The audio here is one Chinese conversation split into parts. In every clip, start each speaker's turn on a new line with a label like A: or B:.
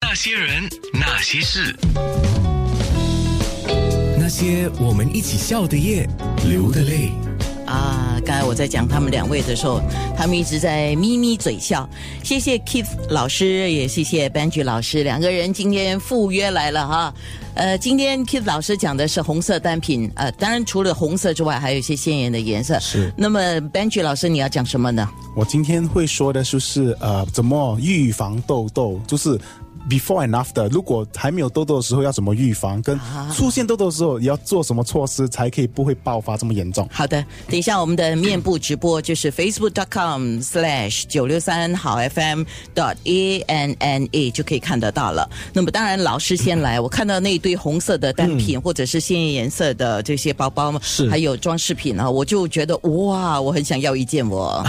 A: 那些人，那些事，
B: 那些我们一起笑的夜，流的泪。
C: 啊，刚才我在讲他们两位的时候，他们一直在咪咪嘴笑。谢谢 Keith 老师，也谢谢 Benji 老师，两个人今天赴约来了哈。呃，今天 Keith 老师讲的是红色单品，呃，当然除了红色之外，还有一些鲜艳的颜色。
D: 是
C: 那么 Benji 老师，你要讲什么呢？
D: 我今天会说的就是呃，怎么预防痘痘，就是 before and after。如果还没有痘痘的时候要怎么预防，跟
C: 啊
D: 出现痘痘的时候你要做什么措施才可以不会爆发这么严 重？
C: 好的，等一下我们的面部直播就是 facebook.com slash 九六三好 FM dot a n n a 就可以看得到了。那么当然老师先来，我看到那一堆红色的单品、或者是鲜艳颜色的这些包包，
E: 是
C: 还有装饰品啊，我就觉得哇，我很想要一件我。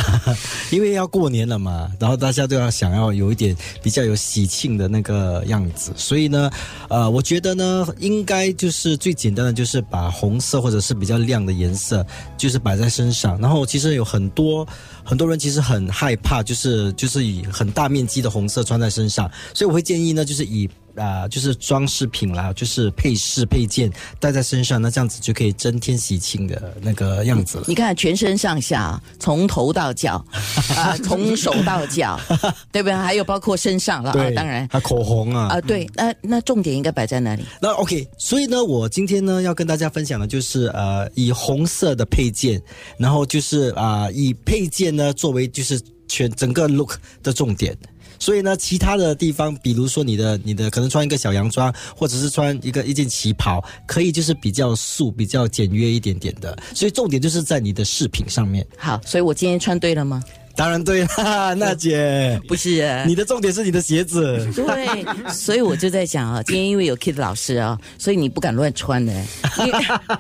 E: 因为要过年了嘛，然后大家都要想要有一点比较有喜庆的那个样子，所以呢，呃，我觉得呢，应该就是最简单的，就是把红色或者是比较亮的颜色，就是摆在身上。然后其实有很多很多人其实很害怕，就是就是以很大面积的红色穿在身上，所以我会建议呢，就是以。啊、就是装饰品啦，就是配饰配件戴在身上，那这样子就可以增添喜庆的那个样子了。
C: 你看全身上下，从头到脚，啊、从手到脚，对不对？还有包括身上了啊，当然
E: 还口红啊，
C: 啊、对，那那重点应该摆在哪里？
E: 那 OK，所以呢，我今天呢要跟大家分享的就是呃，以红色的配件，然后就是啊、呃以配件呢作为就是全整个 look 的重点。所以呢，其他的地方，比如说你的你的可能穿一个小洋装，或者是穿一个一件旗袍，可以就是比较素、比较简约一点点的。所以重点就是在你的饰品上面。
C: 好，所以我今天穿对了吗？
E: 当然对 啦，娜姐，
C: 不是，呃
E: 你的重点是你的鞋子。
C: 对，所以我就在想啊，今天因为有 Kid 老师啊，所以你不敢乱穿的，因为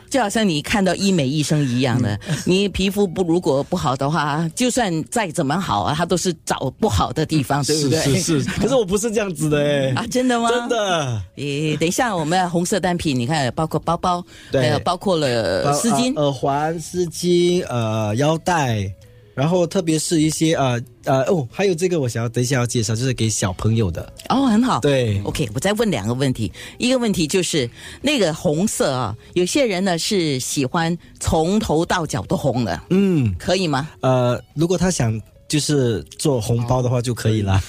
C: 就好像你看到医美医生一样的，你皮肤不如果不好的话，就算再怎么好啊，他都是找不好的地方，对不对？
E: 是是，可是我不是这样子的哎、
C: 啊，真的吗？
E: 真。的。
C: 诶，等一下，我们红色单品，你看，包括包包，
E: 对
C: 还有包括了
E: 呃
C: 丝巾
E: 呃、耳环、丝巾、呃腰带，然后特别是一些呃呃哦，还有这个我想要等一下要介绍，就是给小朋友的。
C: 哦，很好。
E: 对
C: ，OK，我再问两个问题。一个问题就是那个红色啊，有些人呢是喜欢从头到脚都红的，
E: 嗯，
C: 可以吗？
E: 呃，如果他想。就是做红包的话就可以啦，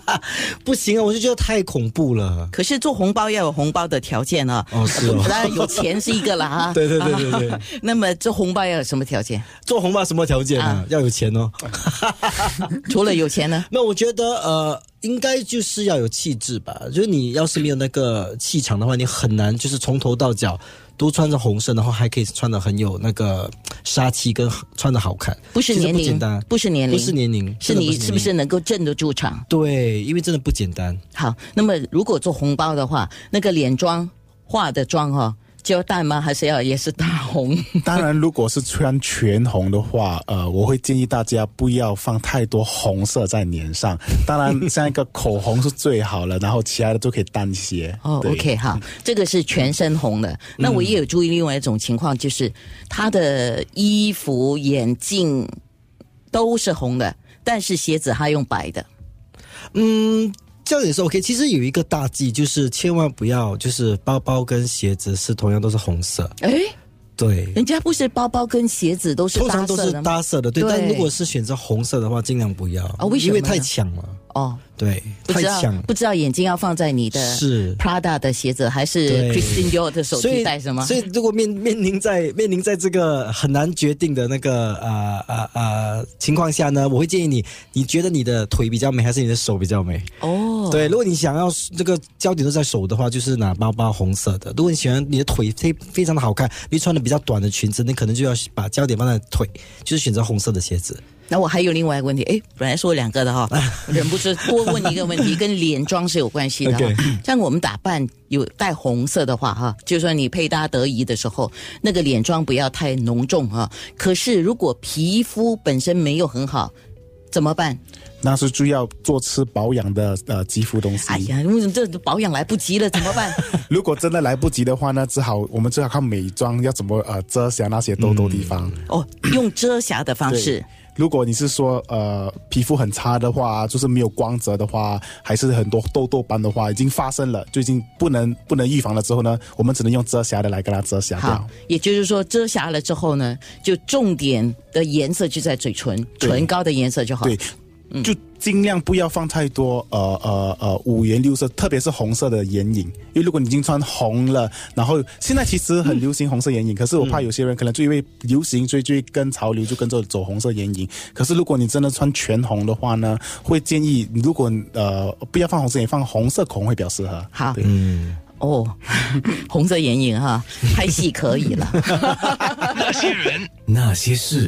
E: 不行啊，我就觉得太恐怖了。
C: 可是做红包要有红包的条件啊。
E: 哦是哦
C: 当然有钱是一个了哈。
E: 对对对对对
C: 啊。那么做红包要有什么条件？
E: 做红包什么条件啊
C: 啊？
E: 要有钱哦。
C: 除了有钱 呢？
E: 那我觉得呃，应该就是要有气质吧。就是你要是没有那个气场的话，你很难就是从头到脚都穿着红色，然后还可以穿的很有那个杀气跟穿的好看。
C: 不是
E: 其实
C: 年
E: 不简
C: 龄
E: 单，，
C: 不是年龄，
E: 不是年龄，
C: 是
E: 真的
C: 你
E: 年
C: 是不是
E: 龄？
C: 能够镇得住场？
E: 对，因为真的不简单。
C: 好，那么如果做红包的话，那个脸妆化的妆哈、哦，就要淡吗？还是要也是大红？
D: 当然，如果是穿全红的话，呃，我会建议大家不要放太多红色在 脸上。当然，像一个口红是最好了，然后其他的就可以淡一些。
C: 哦
D: 对
C: ，OK，好，这个是全身红的。那
E: 嗯
C: 我也有注意另外一种情况，就是他的衣服、眼镜都是红的，但是鞋子他用白的。
E: 嗯，这样也是 OK。其实有一个大忌，就是千万不要就是包包跟鞋子是同样都是红色。
C: 诶，
E: 对，
C: 人家不是包包跟鞋子嗯都是
E: 通
C: 搭
E: 常都
C: 色
E: 是
C: 的吗？
E: 搭色的，对。
C: 对
E: 但如果是选择红色的话，尽量不要
C: 啊为什么呢
E: 因为太抢了。
C: 哦，
E: 对，
C: 不
E: 太
C: 知道
E: 抢，
C: 不知道眼睛要放在你的
E: 是
C: Prada 的鞋子还是
E: 对
C: Christian Dior 的手
E: 所以
C: 提袋是吗？
E: 所以如果面面临在面临在这个很难决定的那个呃呃呃情况下呢，我会建议你，你觉得你的腿比较美还是你的手比较美？
C: 哦，
E: 对，如果你想要这个焦点都在手的话，就是拿包包红色的；如果你喜欢你的腿非非常的好看，你穿的比较短的裙子，你可能就要把焦点放在腿，就是选择红色的鞋子。
C: 那我还有另外一个问题，哎，本来说两个 的哈、忍不住多问一个问题，跟脸妆是有关系的哈、像我们打扮有带红色的话哈、就算你配搭得宜的时候，那个脸妆不要太浓重哈、可是如果皮肤本身没有很好，怎么办？
D: 那是就要做吃保养的呃肌肤东西。
C: 哎呀，为什么这保养来不及了？怎么办？
D: 如果真的来不及的话呢，只好我们
C: 嗯
D: 只好看美妆要怎么呃遮瑕那些痘痘地方。
C: 哦，用遮瑕的方式。
D: 如果你是说呃皮肤很差的话，就是没有光泽的话，还是很多痘痘斑的话，已经发生了，就已经不能不能预防了之后呢，我们只能用遮瑕的来给它遮瑕掉
C: 好。，也就是说遮瑕了之后呢，就重点的颜色就在嘴唇，
D: 对
C: 唇膏的颜色就好。嗯
D: 对，就尽量不要放太多呃呃呃五颜六色，特别是红色的眼影，因为如果你已经穿红了，然后现在其实很流行红色眼影，可是我怕有些人可能就因为流行追追跟潮流就跟着走红色眼影，可是如果你真的穿全红的话呢，会建议如果呃不要放红色眼影，放红色口红会比较适合。
C: 好
D: 对
C: 哦， 红色眼影哈，拍戏可以了。
A: 那些人。
B: 那些事。